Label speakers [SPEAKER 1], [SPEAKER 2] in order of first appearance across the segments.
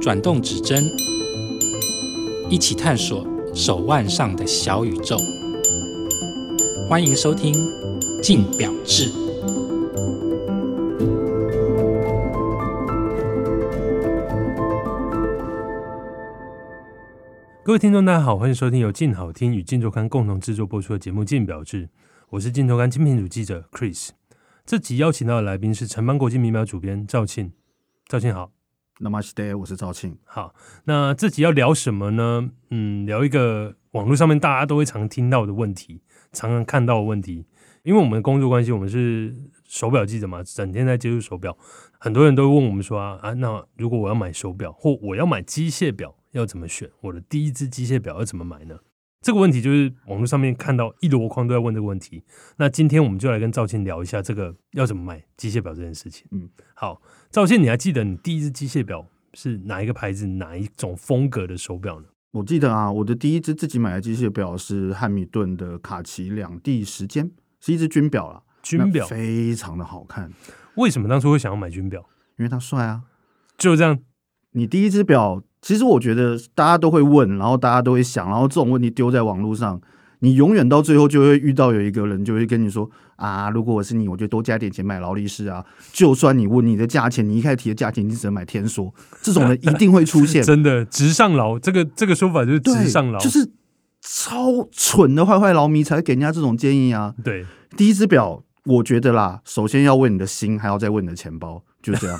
[SPEAKER 1] 转动指针，一起探索手腕上的小宇宙。欢迎收听《进表志》。
[SPEAKER 2] 各位听众，大家好，欢迎收听由静好听与静周刊共同制作播出的节目《静表志》，我是静周刊精品组记者 Chris。这集邀请到的来宾是城邦国际民秒主编赵庆，赵庆好。
[SPEAKER 3] Namaste，我是赵庆。
[SPEAKER 2] 好，那这集要聊什么呢？嗯，聊一个网络上面大家都会常听到的问题，常常看到的问题。因为我们的工作关系，我们是手表记者嘛，整天在接触手表，很多人都会问我们说啊啊，那如果我要买手表或我要买机械表，要怎么选？我的第一只机械表要怎么买呢？这个问题就是网络上面看到一箩筐都在问这个问题。那今天我们就来跟赵庆聊一下这个要怎么买机械表这件事情。
[SPEAKER 3] 嗯，
[SPEAKER 2] 好，赵庆，你还记得你第一只机械表是哪一个牌子、哪一种风格的手表呢？
[SPEAKER 3] 我记得啊，我的第一只自己买的机械表是汉密顿的卡其两地时间，是一只军表啦，
[SPEAKER 2] 军表
[SPEAKER 3] 那非常的好看，
[SPEAKER 2] 为什么当初会想要买军表？
[SPEAKER 3] 因为它帅啊。
[SPEAKER 2] 就这样，
[SPEAKER 3] 你第一只表，其实我觉得大家都会问，然后大家都会想，然后这种问题丢在网络上，你永远到最后就会遇到有一个人就会跟你说啊，如果我是你，我就多加点钱买劳力士啊。就算你问你的价钱，你一开始提的价钱，你只能买天梭，这种人一定会出现。
[SPEAKER 2] 真的直上牢，这个这个说法就是
[SPEAKER 3] 对，
[SPEAKER 2] 直上牢，
[SPEAKER 3] 就是超蠢的坏坏劳迷才会给人家这种建议啊。
[SPEAKER 2] 对，
[SPEAKER 3] 第一只表，我觉得啦，首先要问你的心，还要再问你的钱包，就这样。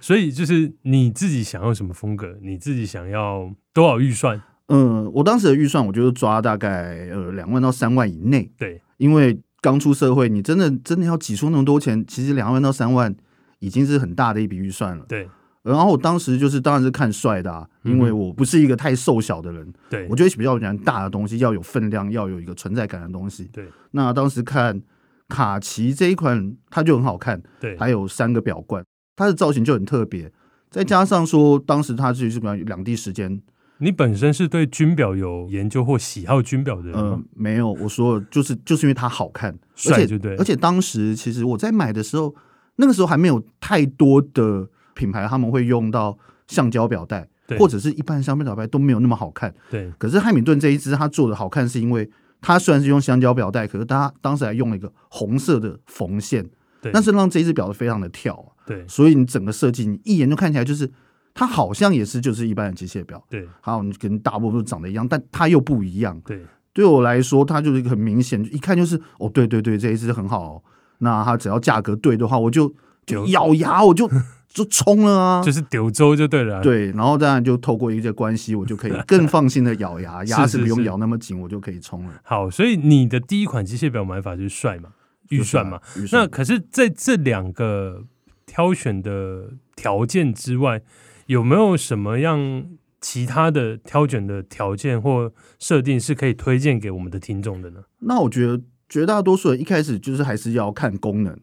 [SPEAKER 2] 所以就是你自己想要什么风格，你自己想要多少预算，
[SPEAKER 3] 嗯，我当时的预算，我就是抓大概呃两万到三万以内，
[SPEAKER 2] 对，
[SPEAKER 3] 因为刚出社会，你真的真的要挤出那么多钱，其实两万到三万已经是很大的一笔预算了。
[SPEAKER 2] 对
[SPEAKER 3] 然后我当时就是当然是看帅的、啊，因为我不是一个太瘦小的人，
[SPEAKER 2] 对
[SPEAKER 3] 我觉得比较喜欢大的东西，要有分量，要有一个存在感的东西。
[SPEAKER 2] 对
[SPEAKER 3] 那当时看卡其这一款，它就很好看，
[SPEAKER 2] 对
[SPEAKER 3] 还有三个表冠，它的造型就很特别。再加上说，当时它是什么两地时间？
[SPEAKER 2] 你本身是对军表有研究或喜好军表的人
[SPEAKER 3] 呃
[SPEAKER 2] 吗？，
[SPEAKER 3] 没有，我说了就是就是因为它好看，而
[SPEAKER 2] 嗯帅
[SPEAKER 3] 且
[SPEAKER 2] 就对了，
[SPEAKER 3] 而且当时其实我在买的时候，那个时候还没有太多的品牌他们会用到橡胶表带，
[SPEAKER 2] 对
[SPEAKER 3] 或者是一般橡胶表带都没有那么好看。
[SPEAKER 2] 对
[SPEAKER 3] 可是汉密顿这一只它做的好看，是因为它虽然是用橡胶表带，可是它当时还用了一个红色的缝线，
[SPEAKER 2] 对，
[SPEAKER 3] 但是让这一只表非常的跳啊、
[SPEAKER 2] 对
[SPEAKER 3] 所以你整个设计你一眼就看起来就是它好像也是就是一般的机械表，
[SPEAKER 2] 对
[SPEAKER 3] 还有你跟大部分都长得一样，但它又不一样。
[SPEAKER 2] 对
[SPEAKER 3] 对我来说，它就是一个很明显，一看就是哦，对对对，这一只很好、哦。那它只要价格对的话，我就就
[SPEAKER 2] 有
[SPEAKER 3] 咬牙我就就冲了啊
[SPEAKER 2] 就！是丢州就对了啊，
[SPEAKER 3] 对，然后当然就透过一些关系，我就可以更放心的咬 牙，牙齿不
[SPEAKER 2] 是
[SPEAKER 3] 用
[SPEAKER 2] 是
[SPEAKER 3] 咬那么紧，我就可以冲了。
[SPEAKER 2] 好，所以你的第一款机械表买法就是帅嘛，预算嘛。
[SPEAKER 3] 啊预算
[SPEAKER 2] 那可是在这两个挑选的条件之外，有没有什么样其他的挑选的条件或设定是可以推荐给我们的听众的呢？
[SPEAKER 3] 那我觉得绝大多数人一开始就是还是要看功能，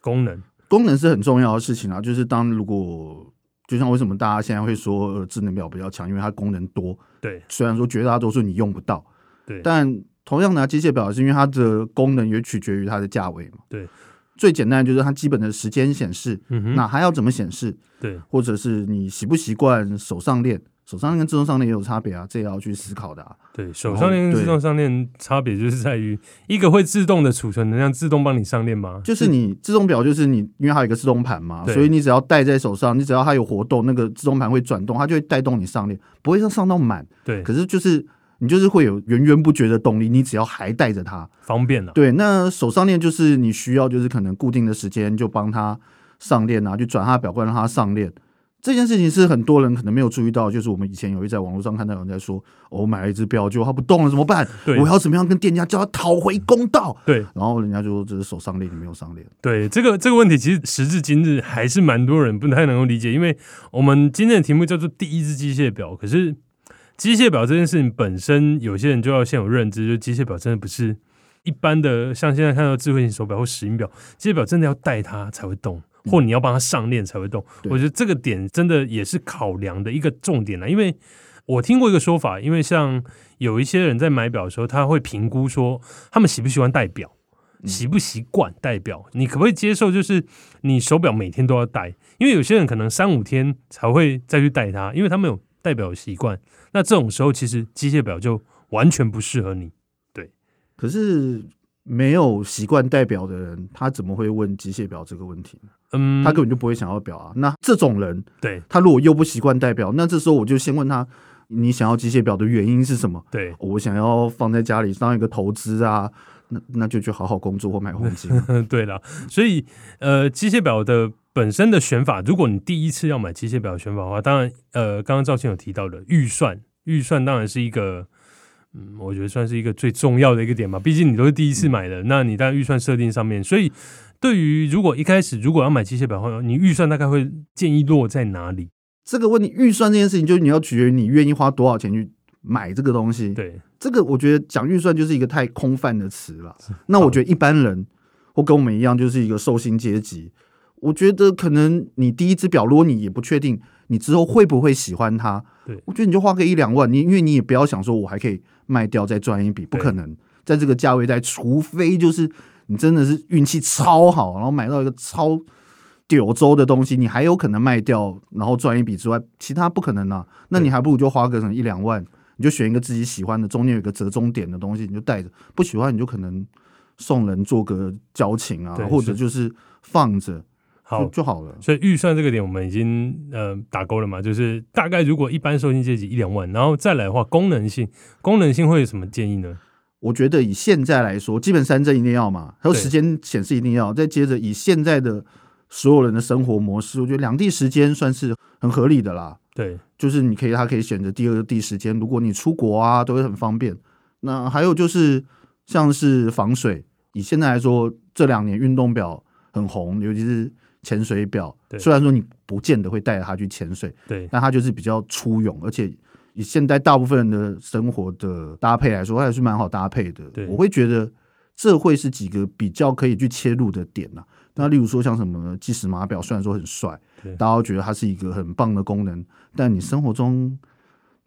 [SPEAKER 2] 功能
[SPEAKER 3] 功能是很重要的事情啊。就是当如果就像为什么大家现在会说呃智能表比较强，因为它功能多，
[SPEAKER 2] 对
[SPEAKER 3] 虽然说绝大多数你用不到，
[SPEAKER 2] 对
[SPEAKER 3] 但同样拿机械表是因为它的功能也取决于它的价位嘛。
[SPEAKER 2] 对，
[SPEAKER 3] 最简单的就是它基本的时间显示，
[SPEAKER 2] 嗯哼
[SPEAKER 3] 那还要怎么显示，
[SPEAKER 2] 对
[SPEAKER 3] 或者是你习不习惯手上链，手上链跟自动上链也有差别啊，这也要去思考的啊。
[SPEAKER 2] 对，手
[SPEAKER 3] 然
[SPEAKER 2] 上
[SPEAKER 3] 后
[SPEAKER 2] 链跟自
[SPEAKER 3] 对
[SPEAKER 2] 动上链差别就是在于，一个会自动的储存能量，自动帮你上链吗？
[SPEAKER 3] 就是你自动表，就是你，因为它有一个自动盘嘛，
[SPEAKER 2] 对
[SPEAKER 3] 所以你只要戴在手上，你只要它有活动，那个自动盘会转动，它就会带动你上链，不会上上到满，
[SPEAKER 2] 对，
[SPEAKER 3] 可是就是你就是会有源源不绝的动力，你只要还带着它，
[SPEAKER 2] 方便了、
[SPEAKER 3] 对，那手上链就是你需要，就是可能固定的时间就帮他上链啊，去转他的表冠让他上链。这件事情是很多人可能没有注意到，就是我们以前有一在网络上看到有人在说，哦我买了一只表，结果它不动了，怎么办？
[SPEAKER 2] 对
[SPEAKER 3] 我要怎么样跟店家叫他讨回公道？
[SPEAKER 2] 对
[SPEAKER 3] 然后人家就说这是手上链，你没有上链。
[SPEAKER 2] 对，这个这个问题其实时至今日还是蛮多人不太能够理解，因为我们今天的题目叫做“第一只机械表”，可是机械表这件事情本身，有些人就要先有认知，就机械表真的不是一般的，像现在看到智慧型手表或石英表，机械表真的要带它才会动。或你要帮它上链才会动，
[SPEAKER 3] 对
[SPEAKER 2] 我觉得这个点真的也是考量的一个重点了。因为我听过一个说法，因为像有一些人在买表的时候，他会评估说他们喜不喜欢戴表，习不习惯戴表，你可不可以接受？就是你手表每天都要戴，因为有些人可能三五天才会再去戴它，因为他们有戴表的习惯。那这种时候，其实机械表就完全不适合你。
[SPEAKER 3] 可是没有习惯戴表的人，他怎么会问机械表这个问题呢？
[SPEAKER 2] 嗯，
[SPEAKER 3] 他根本就不会想要表啊。那这种人，
[SPEAKER 2] 对
[SPEAKER 3] 他如果又不习惯戴表，那这时候我就先问他，你想要机械表的原因是什么？
[SPEAKER 2] 对，
[SPEAKER 3] 我想要放在家里当一个投资啊，那那就去好好工作或买黄金。
[SPEAKER 2] 嗯， 对了，所以呃，机械表的本身的选法，如果你第一次要买机械表的选法的话，当然呃，刚刚赵庆有提到的预算，预算当然是一个，嗯，我觉得算是一个最重要的一个点吧。毕竟你都是第一次买的，那你在预算设定上面，所以对于如果一开始如果要买机械表的话，你预算大概会建议落在哪里？
[SPEAKER 3] 这个问题，预算这件事情，就是你要取决于你愿意花多少钱去买这个东西。，
[SPEAKER 2] 对，
[SPEAKER 3] 这个我觉得讲预算就是一个太空泛的词了。那我觉得一般人或跟我们一样，就是一个受薪阶级。我觉得可能你第一只表，如果你也不确定你之后会不会喜欢它，
[SPEAKER 2] 对
[SPEAKER 3] 我觉得你就花个一两万，你因为你也不要想说我还可以卖掉再赚一笔，不
[SPEAKER 2] 对
[SPEAKER 3] 可能在这个价位带，除非就是你真的是运气超好，然后买到一个超丢州的东西，你还有可能卖掉，然后赚一笔之外，其他不可能啊。那你还不如就花个什么一两万，你就选一个自己喜欢的，中间有一个折中点的东西，你就带着。不喜欢你就可能送人做个交情啊
[SPEAKER 2] 对，
[SPEAKER 3] 或
[SPEAKER 2] 是
[SPEAKER 3] 者就是放着
[SPEAKER 2] 好
[SPEAKER 3] 就，就好了。
[SPEAKER 2] 所以预算这个点我们已经呃打勾了嘛，就是大概如果一般受薪阶级一两万，然后再来的话，功能性功能性会有什么建议呢？
[SPEAKER 3] 我觉得以现在来说，基本三针一定要嘛，还有
[SPEAKER 2] 对
[SPEAKER 3] 时间显示一定要，再接着以现在的所有人的生活模式，我觉得两地时间算是很合理的啦。
[SPEAKER 2] 对，
[SPEAKER 3] 就是你可以，他可以选择第二地时间，如果你出国啊，都会很方便。那还有就是像是防水，以现在来说，这两年运动表很红，尤其是潜水表
[SPEAKER 2] 对。
[SPEAKER 3] 虽然说你不见得会带着它去潜水，
[SPEAKER 2] 对，
[SPEAKER 3] 但它就是比较出泳，而且以现在大部分人的生活的搭配来说，它还是蛮好搭配的
[SPEAKER 2] 对。
[SPEAKER 3] 我会觉得这会是几个比较可以去切入的点呐、那例如说像什么计时码表，虽然说很帅
[SPEAKER 2] 对，
[SPEAKER 3] 大家都觉得它是一个很棒的功能，但你生活中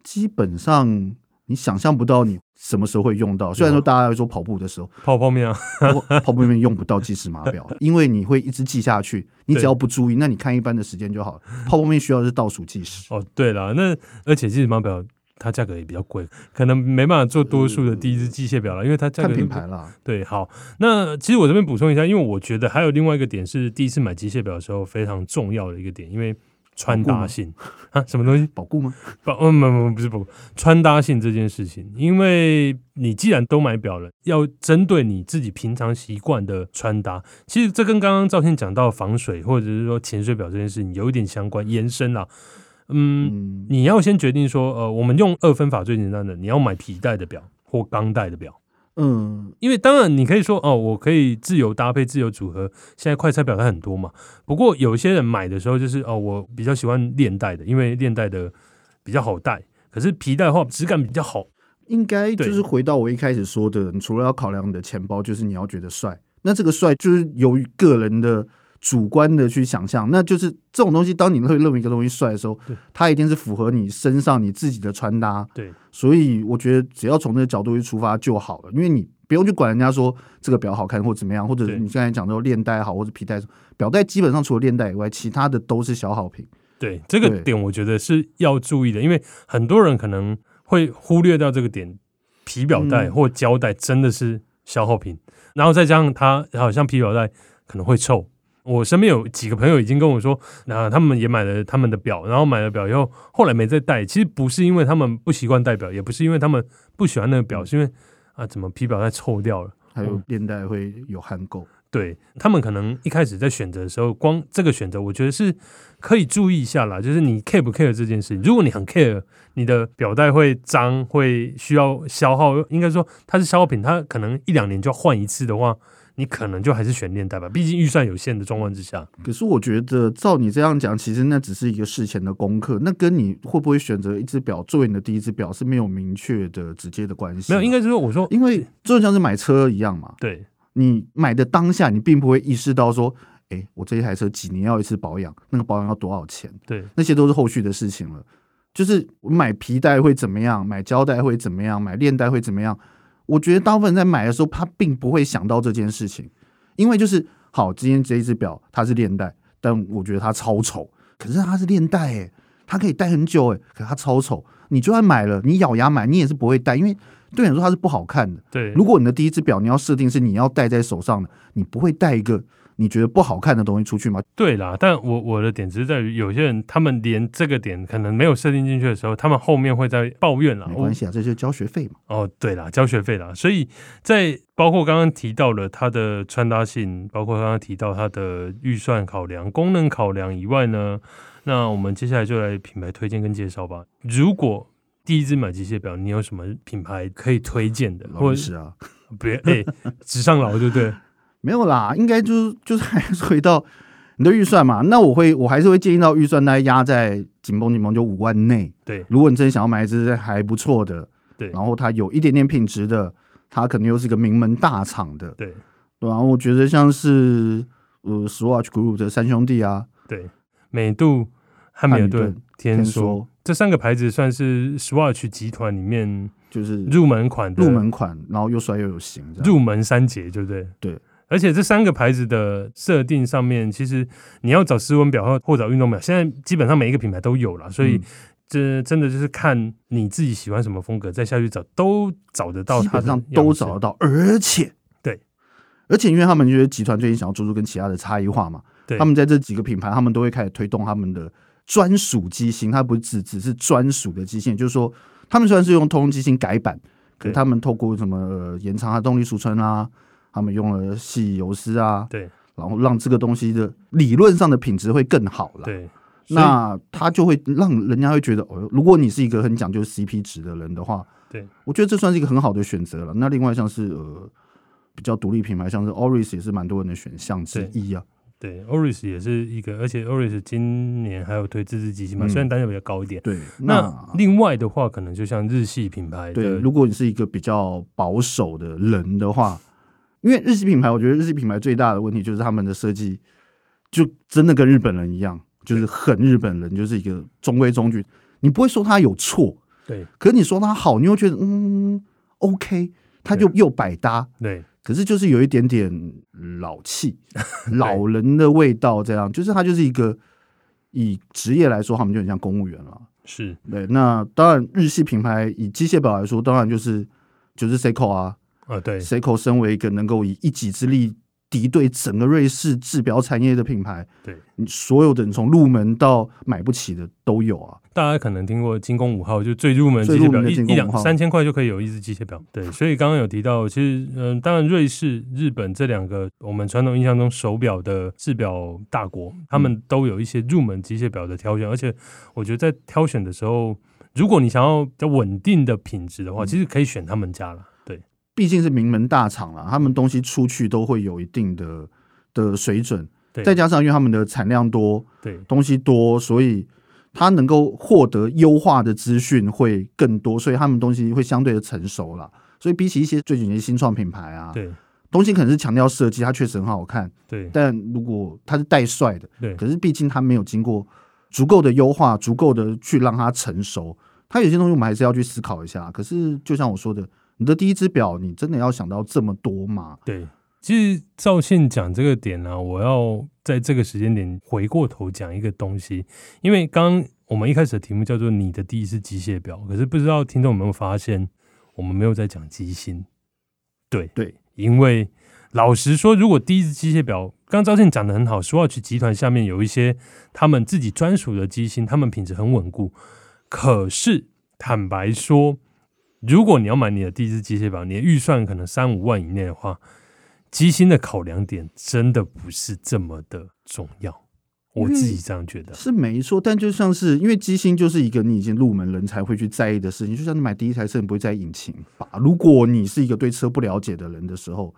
[SPEAKER 3] 基本上你想象不到你什么时候会用到。虽然说大
[SPEAKER 2] 啊
[SPEAKER 3] 家会说跑步的时候，
[SPEAKER 2] 泡泡面啊，
[SPEAKER 3] 跑步跑步里面用不到计时码表，因为你会一直记下去，你只要不注意，那你看一般的时间就好了。跑步面需要的是倒数计时。
[SPEAKER 2] 哦，对了，那而且计时码表它价格也比较贵，可能没办法做多数的第一只机械表了，因为它价
[SPEAKER 3] 嗯看
[SPEAKER 2] 格
[SPEAKER 3] 品牌啦，
[SPEAKER 2] 对，好，那其实我这边补充一下，因为我觉得还有另外一个点是第一次买机械表的时候非常重要的一个点，因为穿
[SPEAKER 3] 哦
[SPEAKER 2] 搭性 啊，什么东西？
[SPEAKER 3] 保固吗？
[SPEAKER 2] 不，嗯，不，不，不是不穿搭性这件事情，因为你既然都买表了，要针对你自己平常习惯的穿搭。其实这跟刚刚赵倩讲到防水或者是说潜水表这件事情有一点相关延伸啦。嗯，
[SPEAKER 3] 嗯，
[SPEAKER 2] 你要先决定说，呃，我们用二分法最简单的，你要买皮带的表或钢带的表。
[SPEAKER 3] 嗯，
[SPEAKER 2] 因为当然你可以说哦，我可以自由搭配、自由组合。现在快拆表它很多嘛，不过有些人买的时候就是哦，我比较喜欢链带的，因为链带的比较好带。可是皮带的话，质感比较好。
[SPEAKER 3] 应该就
[SPEAKER 2] 对
[SPEAKER 3] 是回到我一开始说的，你除了要考量你的钱包，就是你要觉得帅。那这个帅就是由于个人的主观的去想象，那就是这种东西，当你会认为一个东西帅的时候
[SPEAKER 2] 对，
[SPEAKER 3] 它一定是符合你身上你自己的穿搭。
[SPEAKER 2] 对，
[SPEAKER 3] 所以我觉得只要从这个角度去出发就好了，因为你不用去管人家说这个表好看或怎么样，或者
[SPEAKER 2] 对
[SPEAKER 3] 你刚才讲到链带好或者皮带，表带基本上除了链带以外，其他的都是小好评。
[SPEAKER 2] 对，这个
[SPEAKER 3] 对
[SPEAKER 2] 点我觉得是要注意的，因为很多人可能会忽略掉这个点。皮表带
[SPEAKER 3] 嗯
[SPEAKER 2] 或胶带真的是消耗品，然后再加上它好像皮表带可能会臭。我身边有几个朋友已经跟我说，那、他们也买了他们的表，然后买了表以后，后来没再戴。其实不是因为他们不习惯戴表，也不是因为他们不喜欢那个
[SPEAKER 3] 嗯
[SPEAKER 2] 表，是因为啊，怎么皮表带臭掉了？
[SPEAKER 3] 还
[SPEAKER 2] 哦
[SPEAKER 3] 有链带会有汗垢，
[SPEAKER 2] 对他们可能一开始在选择的时候，光这个选择，我觉得是可以注意一下啦。就是你 care 不 care 这件事，如果你很 care，你的表带会脏，会需要消耗，应该说它是消耗品，它可能一两年就要换一次的话，你可能就还是选链带吧。毕竟预算有限的状况之下，
[SPEAKER 3] 可是我觉得，照你这样讲，其实那只是一个事前的功课，那跟你会不会选择一只表作为你的第一只表是没有明确的直接的关系
[SPEAKER 2] 没
[SPEAKER 3] 啊。
[SPEAKER 2] 有，应该是说我说
[SPEAKER 3] 因为就像是买车一样嘛，
[SPEAKER 2] 对
[SPEAKER 3] 你买的当下，你并不会意识到说，哎，我这一台车几年要一次保养，那个保养要多少钱，
[SPEAKER 2] 对
[SPEAKER 3] 那些都是后续的事情了。就是我买皮带会怎么样，买胶带会怎么样，买链带会怎么样，我觉得大部分人在买的时候，他并不会想到这件事情，因为就是好，今天这一只表它是链带，但我觉得它超丑，可是它是链带诶、它可以戴很久诶、欸可它超丑，你就算买了，你咬牙买，你也是不会戴，因为对你来说它是不好看的。
[SPEAKER 2] 对，
[SPEAKER 3] 如果你的第一只表你要设定是你要戴在手上的，你不会戴一个你觉得不好看的东西出去吗？
[SPEAKER 2] 对啦，但我我的点只是在于，有些人他们连这个点可能没有设定进去的时候，他们后面会在抱怨啦。
[SPEAKER 3] 没
[SPEAKER 2] 我
[SPEAKER 3] 关系啊，这就是交学费嘛。
[SPEAKER 2] 哦，对啦，交学费啦，所以在包括刚刚提到了它的穿搭性，包括刚刚提到它的预算考量、功能考量以外呢，那我们接下来就来品牌推荐跟介绍吧。如果第一只买机械表，你有什么品牌可以推荐的？
[SPEAKER 3] 老
[SPEAKER 2] 或
[SPEAKER 3] 师啊，
[SPEAKER 2] 别哎，直上老对不 对？
[SPEAKER 3] 没有啦，应该就是 就是还是回到你的预算嘛。那我会我还是会建议到预算大概压在紧绷紧绷就五万内。
[SPEAKER 2] 对
[SPEAKER 3] 如果你真的想要买一只还不错的，
[SPEAKER 2] 对
[SPEAKER 3] 然后它有一点点品质的，它可能又是一个名门大厂的，
[SPEAKER 2] 对
[SPEAKER 3] 对吧、我觉得像是呃 Swatch Group 的三兄弟啊，
[SPEAKER 2] 对，美度、汉密尔
[SPEAKER 3] 汉密尔
[SPEAKER 2] 顿
[SPEAKER 3] 顿、
[SPEAKER 2] 天梭
[SPEAKER 3] 说
[SPEAKER 2] 这三个牌子算是 Swatch 集团里面
[SPEAKER 3] 就是
[SPEAKER 2] 入门款的
[SPEAKER 3] 入门款，然后又帅又有型这样，
[SPEAKER 2] 入门三杰，对不对？
[SPEAKER 3] 对。
[SPEAKER 2] 而且这三个牌子的设定上面，其实你要找斯文表或或找运动表，现在基本上每一个品牌都有了，所以
[SPEAKER 3] 嗯
[SPEAKER 2] 这真的就是看你自己喜欢什么风格，再下去找都找得到
[SPEAKER 3] 基
[SPEAKER 2] 它
[SPEAKER 3] 本
[SPEAKER 2] 的
[SPEAKER 3] 上
[SPEAKER 2] 样式，
[SPEAKER 3] 都找得到，而且
[SPEAKER 2] 对，
[SPEAKER 3] 而且因为他们觉得集团最近想要做出跟其他的差异化嘛，
[SPEAKER 2] 对
[SPEAKER 3] 他们在这几个品牌，他们都会开始推动他们的专属机芯，它不是只只是专属的机芯，就是说他们虽然是用通用机芯改版，
[SPEAKER 2] 对
[SPEAKER 3] 可是他们透过什么、呃延长它动力输撑啊，他们用了细油丝啊，
[SPEAKER 2] 对
[SPEAKER 3] 然后让这个东西的理论上的品质会更好了。
[SPEAKER 2] 对。所以
[SPEAKER 3] 那它就会让人家会觉得，哦，如果你是一个很讲究 CP 值的人的话，
[SPEAKER 2] 对，
[SPEAKER 3] 我觉得这算是一个很好的选择了。那另外像是呃比较独立品牌，像是 Oris 也是蛮多人的选项之一啊。
[SPEAKER 2] 对，Oris 也是一个，而且 Oris 今年还有推自制机芯嘛，
[SPEAKER 3] 嗯
[SPEAKER 2] 虽然单价比较高一点。
[SPEAKER 3] 对，
[SPEAKER 2] 那
[SPEAKER 3] 那
[SPEAKER 2] 另外的话，可能就像日系品牌
[SPEAKER 3] 对，
[SPEAKER 2] 的，
[SPEAKER 3] 如果你是一个比较保守的人的话，因为日系品牌，我觉得日系品牌最大的问题就是他们的设计就真的跟日本人一样，就是很日本人，就是一个中规中矩。你不会说他有错，
[SPEAKER 2] 对
[SPEAKER 3] 可是你说他好，你又觉得嗯 OK，他就又百搭。
[SPEAKER 2] 对
[SPEAKER 3] 可是就是有一点点老 气、老人的味道，这样就是他就是一个以职业来说，他们就很像公务员了。
[SPEAKER 2] 是，
[SPEAKER 3] 对，那当然日系品牌以机械表来说，当然就是就是 Seiko 啊
[SPEAKER 2] 啊对
[SPEAKER 3] ，Seiko 身为一个能够以一己之力敌对整个瑞士制表产业的品牌，
[SPEAKER 2] 对，
[SPEAKER 3] 你所有的你从入门到买不起的都有啊。
[SPEAKER 2] 大家可能听过精工五号，就最入门的
[SPEAKER 3] 最
[SPEAKER 2] 机械
[SPEAKER 3] 入
[SPEAKER 2] 表，
[SPEAKER 3] 门的
[SPEAKER 2] 一
[SPEAKER 3] 精
[SPEAKER 2] 一
[SPEAKER 3] 工
[SPEAKER 2] 两
[SPEAKER 3] 五号
[SPEAKER 2] 三千块就可以有一只机械表。对，所以刚刚有提到，其实嗯、当然瑞士、日本这两个我们传统印象中手表的制表大国，他们都有一些入门机械表的挑选，而且我觉得在挑选的时候，如果你想要比较稳定的品质
[SPEAKER 3] 嗯
[SPEAKER 2] 的话，其实可以选他们家了。对，
[SPEAKER 3] 毕竟是名门大厂啦，他们东西出去都会有一定的的水准，
[SPEAKER 2] 对
[SPEAKER 3] 再加上因为他们的产量多，
[SPEAKER 2] 对
[SPEAKER 3] 东西多，所以它能够获得优化的资讯会更多，所以他们东西会相对的成熟啦。所以比起一些最近的新创品牌啊，
[SPEAKER 2] 对
[SPEAKER 3] 东西可能是强调设计，它确实很好看，
[SPEAKER 2] 对
[SPEAKER 3] 但如果它是带帅的，
[SPEAKER 2] 对
[SPEAKER 3] 可是毕竟它没有经过足够的优化，足够的去让它成熟，它有些东西我们还是要去思考一下。可是就像我说的，你的第一只表，你真的要想到这么多吗？
[SPEAKER 2] 对。其实赵信讲这个点呢、我要在这个时间点回过头讲一个东西，因为刚刚我们一开始的题目叫做“你的第一次机械表”，可是不知道听众有没有发现，我们没有在讲机芯。对
[SPEAKER 3] 对，
[SPEAKER 2] 因为老实说，如果第一次机械表，刚刚赵信讲的很好，Swatch 集团下面有一些他们自己专属的机芯，他们品质很稳固。可是坦白说，如果你要买你的第一只机械表，你的预算可能三五万以内的话，机芯的考量点真的不是这么的重要。我自己这样觉得，
[SPEAKER 3] 是没错，但就像是因为机芯就是一个你已经入门人才会去在意的事情，就像你买第一台车，你不会在意引擎吧？如果你是一个对车不了解的人的时候，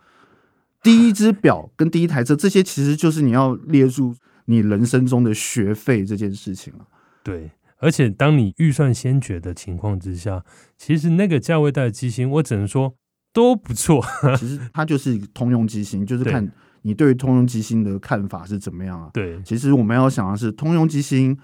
[SPEAKER 3] 第一只表跟第一台车这些其实就是你要列入你人生中的学费这件事情啊。
[SPEAKER 2] 对。而且当你预算先决的情况之下，其实那个价位带的机芯，我只能说都不错。
[SPEAKER 3] 其实它就是通用机芯，就是
[SPEAKER 2] 对
[SPEAKER 3] 看你对于通用机芯的看法是怎么样啊。
[SPEAKER 2] 对
[SPEAKER 3] 其实我们要想的是，通用机芯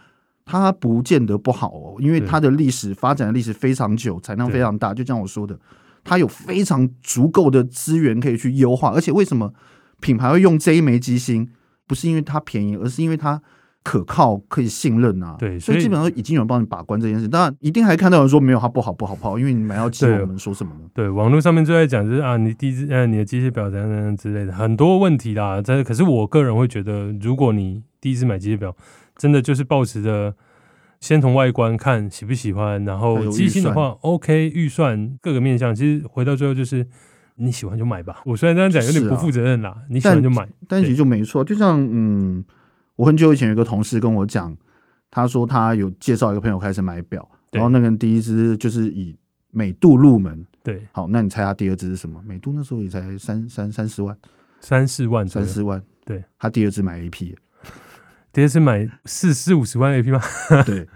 [SPEAKER 3] 它不见得不好哦，因为
[SPEAKER 2] 对
[SPEAKER 3] 它的历史发展的历史非常久，产量
[SPEAKER 2] 对
[SPEAKER 3] 非常大。就像我说的，它有非常足够的资源可以去优化。而且为什么品牌会用这一枚机芯？不是因为它便宜，而是因为它可靠、可以信任啊。
[SPEAKER 2] 对
[SPEAKER 3] 所
[SPEAKER 2] 所以
[SPEAKER 3] 以基本上已经有人帮你把关这件事。当然，一定还看到有人说没有它不好、不好、不好，因为你买到机，
[SPEAKER 2] 对
[SPEAKER 3] 我们说什么呢？
[SPEAKER 2] 对，网络上面就在讲，就是啊，你第一次，呃，你的机械表怎样怎样之类的，很多问题啦。但是，可是我个人会觉得，如果你第一次买机械表，真的就是抱持着先从外观看喜不喜欢，然
[SPEAKER 3] 还
[SPEAKER 2] 后
[SPEAKER 3] 有
[SPEAKER 2] 机
[SPEAKER 3] 预
[SPEAKER 2] 芯的
[SPEAKER 3] 算
[SPEAKER 2] 话，OK，预算各个面向，其实回到最后就是你喜欢就买吧。我虽然这样讲有点
[SPEAKER 3] 是
[SPEAKER 2] 不
[SPEAKER 3] 啊
[SPEAKER 2] 负责任啦，你喜欢
[SPEAKER 3] 但
[SPEAKER 2] 就买，
[SPEAKER 3] 但其实就没错，就像嗯，我很久以前有一个同事跟我讲，他说他有介绍一个朋友开始买表，
[SPEAKER 2] 对
[SPEAKER 3] 然后那个人第一只就是以美度入门。
[SPEAKER 2] 对，
[SPEAKER 3] 好，那你猜他第二只是什么？美度那时候也才三三三十万，
[SPEAKER 2] 三四万左
[SPEAKER 3] 三
[SPEAKER 2] 右。
[SPEAKER 3] 四万。
[SPEAKER 2] 对，
[SPEAKER 3] 他第二只买 A P，
[SPEAKER 2] 第一次买四四五十万 A P 吗？
[SPEAKER 3] 对，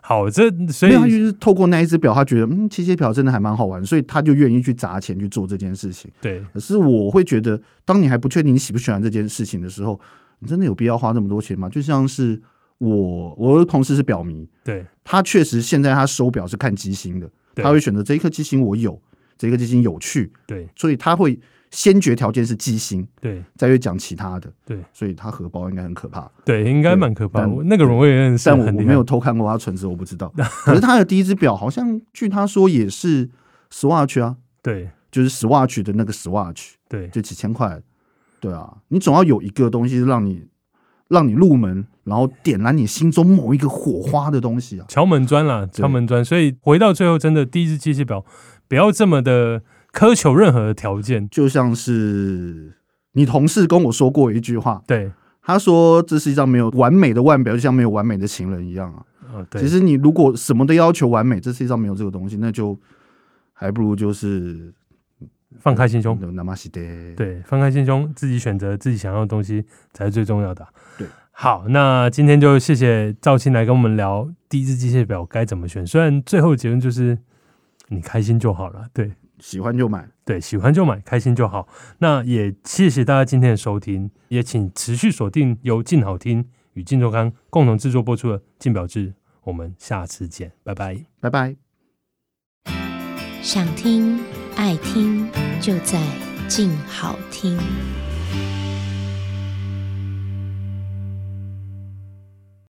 [SPEAKER 2] 好，这所
[SPEAKER 3] 没有，他就
[SPEAKER 2] 以
[SPEAKER 3] 是透过那一只表，他觉得嗯，机械表真的还蛮好玩，所以他就愿意去砸钱去做这件事情。
[SPEAKER 2] 对
[SPEAKER 3] 可是我会觉得，当你还不确定你喜不喜欢这件事情的时候，你真的有必要花那么多钱吗？就像是我，我的同事是表迷，
[SPEAKER 2] 对
[SPEAKER 3] 他确实现在他手表是看机芯的，
[SPEAKER 2] 对
[SPEAKER 3] 他会选择这一颗机芯我有，这一颗机芯有趣，
[SPEAKER 2] 对
[SPEAKER 3] 所以他会先决条件是机芯，
[SPEAKER 2] 对
[SPEAKER 3] 再去讲其他的。
[SPEAKER 2] 对，
[SPEAKER 3] 所以他荷包应该很可怕。
[SPEAKER 2] 对，应该
[SPEAKER 3] 对
[SPEAKER 2] 蛮可怕的。
[SPEAKER 3] 但
[SPEAKER 2] 我那个人我也认识，
[SPEAKER 3] 但我
[SPEAKER 2] 很
[SPEAKER 3] 我
[SPEAKER 2] 厉
[SPEAKER 3] 没
[SPEAKER 2] 害
[SPEAKER 3] 有偷看过他存折，我不知 道。可是他的第一只表好像据他说也是 Swatch 啊，
[SPEAKER 2] 对
[SPEAKER 3] 就是 Swatch 的那个 Swatch，
[SPEAKER 2] 对
[SPEAKER 3] 就几千块。对啊，你总要有一个东西让你让你入门，然后点燃你心中某一个火花的东西啊。
[SPEAKER 2] 敲门砖啦，
[SPEAKER 3] 对
[SPEAKER 2] 敲门砖。所以回到最后，真的第一只机械表，不要这么的苛求任何的条件。
[SPEAKER 3] 就像是你同事跟我说过一句话，
[SPEAKER 2] 对，
[SPEAKER 3] 他说这是一张没有完美的腕表，就像没有完美的情人一样啊。
[SPEAKER 2] 呃，对
[SPEAKER 3] 其，实你如果什么都要求完美，这世界上没有这个东西，那就还不如就是
[SPEAKER 2] 放开心胸，
[SPEAKER 3] 那玛西德。
[SPEAKER 2] 对，放开心胸，自己选择自己想要的东西才是最重要的啊、
[SPEAKER 3] 对，
[SPEAKER 2] 好，那今天就谢谢赵青来跟我们聊第一只机械表该怎么选。虽然最后结论就是你开心就好了，对。
[SPEAKER 3] 喜欢就买。
[SPEAKER 2] 对，喜欢就买，开心就好。那也谢谢大家今天的收听，也请持续锁定由静好听与静周刊共同制作播出的《静表志》，我们下次见，拜拜。
[SPEAKER 3] 拜拜。
[SPEAKER 4] 想听爱听，就在静好听。